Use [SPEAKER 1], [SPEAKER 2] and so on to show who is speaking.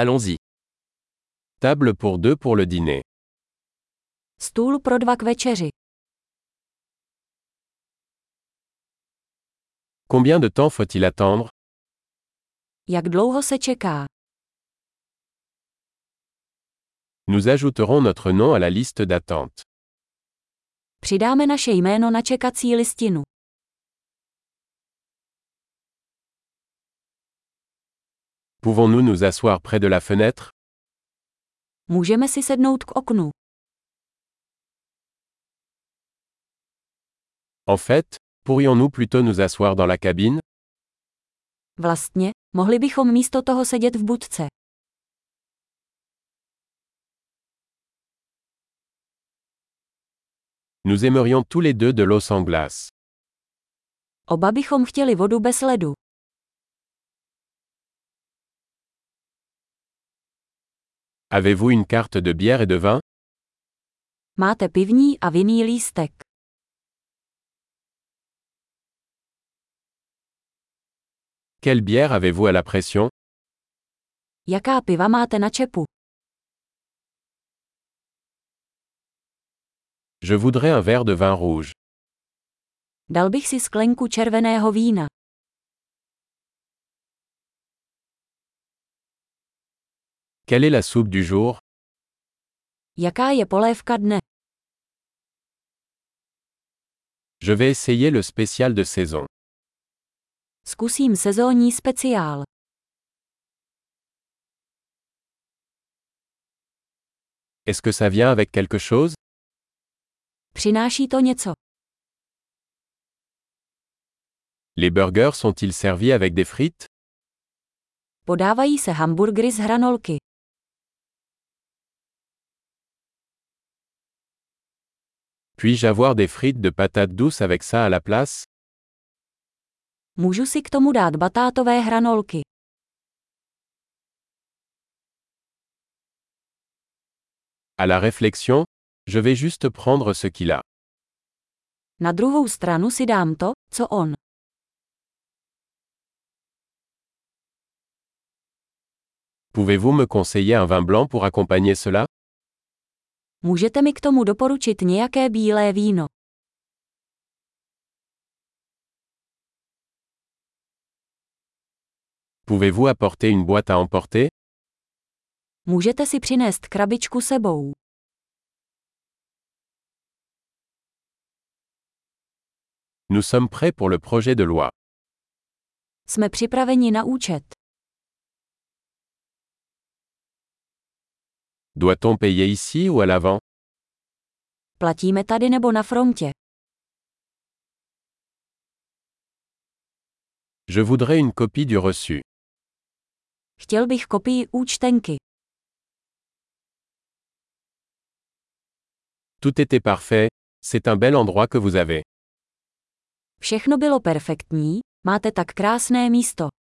[SPEAKER 1] Allons-y. Table pour deux pour le dîner.
[SPEAKER 2] Stůl pro dva k večeři.
[SPEAKER 1] Combien de temps faut-il attendre
[SPEAKER 2] Jak dlouho se čeká?
[SPEAKER 1] Nous ajouterons notre nom à la liste d'attente.
[SPEAKER 2] Přidáme naše jméno na čekací listinu.
[SPEAKER 1] Pouvons-nous nous asseoir près de la fenêtre
[SPEAKER 2] Můžeme si sednout k oknu.
[SPEAKER 1] En fait, pourrions-nous plutôt nous asseoir dans la cabine
[SPEAKER 2] Vlastně, mohli bychom místo toho sedět v budce.
[SPEAKER 1] Nous aimerions tous les deux de l'eau sans glace.
[SPEAKER 2] Oba bychom chtěli vodu bez ledu.
[SPEAKER 1] Avez-vous une carte de bière et de vin
[SPEAKER 2] Máte pivní a vinný lístek.
[SPEAKER 1] Quelle bière avez-vous à la pression
[SPEAKER 2] Jaká piva máte na čepu?
[SPEAKER 1] Je voudrais un verre de vin rouge.
[SPEAKER 2] Dal bych si sklenku červeného vína.
[SPEAKER 1] Quelle est la soupe du jour
[SPEAKER 2] Jaká je polévka dne?
[SPEAKER 1] Je vais essayer le spécial de saison.
[SPEAKER 2] Zkusím sezónní speciál.
[SPEAKER 1] Est-ce que ça vient avec quelque chose
[SPEAKER 2] Přináší to něco.
[SPEAKER 1] Les burgers sont-ils servis avec des frites
[SPEAKER 2] Podávají se hamburgery z hranolky.
[SPEAKER 1] Puis-je avoir des frites de patates douces avec ça à la place
[SPEAKER 2] Můžu si k tomu dát batátové hranolky.
[SPEAKER 1] À la réflexion, je vais juste prendre ce qu'il a.
[SPEAKER 2] Na druhou stranu si dám to, co on.
[SPEAKER 1] Pouvez-vous me conseiller un vin blanc pour accompagner cela
[SPEAKER 2] Můžete mi k tomu doporučit nějaké bílé víno.
[SPEAKER 1] Pouvez-vous apporter une boîte à emporter
[SPEAKER 2] Můžete si přinést krabičku sebou.
[SPEAKER 1] Nous sommes prêts pour le projet de loi.
[SPEAKER 2] Jsme připraveni na účet.
[SPEAKER 1] Doit-on payer ici ou à l'avant
[SPEAKER 2] Platíme tady nebo na frontě.
[SPEAKER 1] Je voudrais une copie du reçu.
[SPEAKER 2] Chtěl bych kopii účtenky.
[SPEAKER 1] Tout était parfait, c'est un bel endroit que vous avez.
[SPEAKER 2] Všechno bylo perfektní, máte tak krásné místo.